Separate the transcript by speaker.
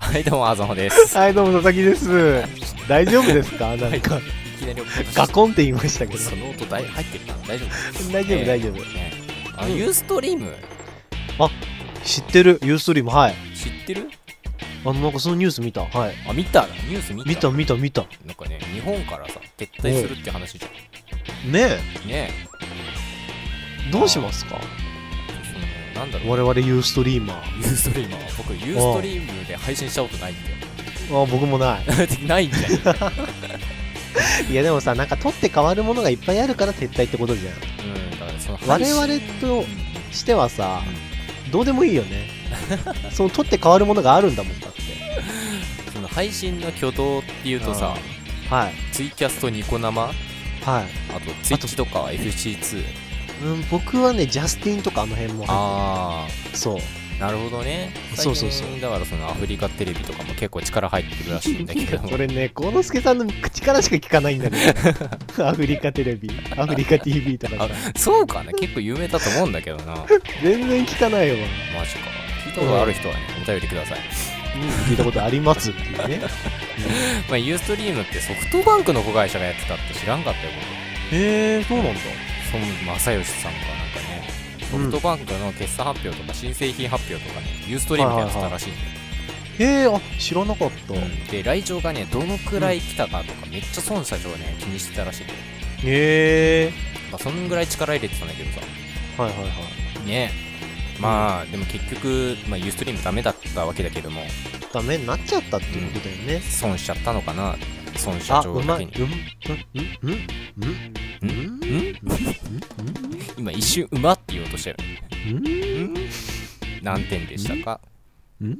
Speaker 1: はい、どうも、あざもです。
Speaker 2: はい、どうも、佐々木です。大丈夫ですかなんか、
Speaker 1: いきなり送ってきま
Speaker 2: ガ
Speaker 1: し
Speaker 2: コンって言いましたけ
Speaker 1: た
Speaker 2: ど。
Speaker 1: その音大入ってるかな大丈夫
Speaker 2: 大丈
Speaker 1: え
Speaker 2: 夫、
Speaker 1: ー
Speaker 2: 大丈夫。
Speaker 1: ねあの、ユーストリーム、
Speaker 2: 知ってる、ユーストリーム、はい。
Speaker 1: 知ってる
Speaker 2: あの、なんかそのニュース見た。はい。
Speaker 1: あ、見たニュース見た
Speaker 2: 見た、見た、見た。
Speaker 1: なんかね、日本からさ、撤退するって話じゃ
Speaker 2: ね
Speaker 1: ん。ね
Speaker 2: え、どうしますか
Speaker 1: え、その、なんだろう。
Speaker 2: 我々ユーストリーマー。
Speaker 1: ユーストリームは僕、ユーストリームで配信したことないんだ
Speaker 2: あ僕も ない。
Speaker 1: よ。 ないんじゃん。
Speaker 2: いや、でもさ、なんか取って変わるものがいっぱいあるから撤退ってことじゃん。
Speaker 1: うん、だからその配
Speaker 2: 我
Speaker 1: 信、
Speaker 2: 々
Speaker 1: う
Speaker 2: と
Speaker 1: ん
Speaker 2: してはさ、どうでもいいよ ね。その取って変わるものがあるんだもんだって。
Speaker 1: その配信の挙動っていうとさ、
Speaker 2: はい。
Speaker 1: ツイキャストニコ生、あ
Speaker 2: はい。
Speaker 1: とツイッチとか FC2。
Speaker 2: うん、僕はね、ジャスティンとかあの辺も入
Speaker 1: あー。
Speaker 2: ってる。そう。
Speaker 1: なるほどね
Speaker 2: そうそうそう
Speaker 1: 最近だからそのアフリカテレビとかも結構力入ってるらしいんだけど
Speaker 2: それね、幸之助さんの口からしか聞かないんだね。アフリカテレビ、アフリカ TV とかさ、
Speaker 1: そうかな結構有名だと思うんだ けどなマジか
Speaker 2: 全然聞かないよ。
Speaker 1: 聞いたことある人はねお便りください
Speaker 2: 聞いたことありますっていうね。
Speaker 1: まあユーストリームってソフトバンクの子会社がやってたって知らんかったよ
Speaker 2: へえ、そうなんだ。
Speaker 1: 僕孫正義さんがなんかねソフトバンクの決算発表とか新製品発表とかねユーストリームでやってたらしいんだよ
Speaker 2: へえ、あ、知らなかった。へ
Speaker 1: うんで来場がねどのくらい来たかとかめっちゃ孫社長ね気にしてたらしいんだよ
Speaker 2: え、
Speaker 1: まあそんぐらい力入れてたんだけどさ
Speaker 2: はいはいはい。
Speaker 1: ねまあ、でも結局、まあ、ユーストリームダメだったわけだけども
Speaker 2: ダメになっちゃったっていうことだよね。
Speaker 1: 損しちゃったのかな孫社
Speaker 2: あ、
Speaker 1: 長
Speaker 2: う
Speaker 1: だ
Speaker 2: ま
Speaker 1: け
Speaker 2: い。うん
Speaker 1: に、
Speaker 2: うん、うん、うん、うん、うん、
Speaker 1: ん今一瞬「馬」って言おうとしたよ
Speaker 2: うん、
Speaker 1: 何点でしたか
Speaker 2: うん、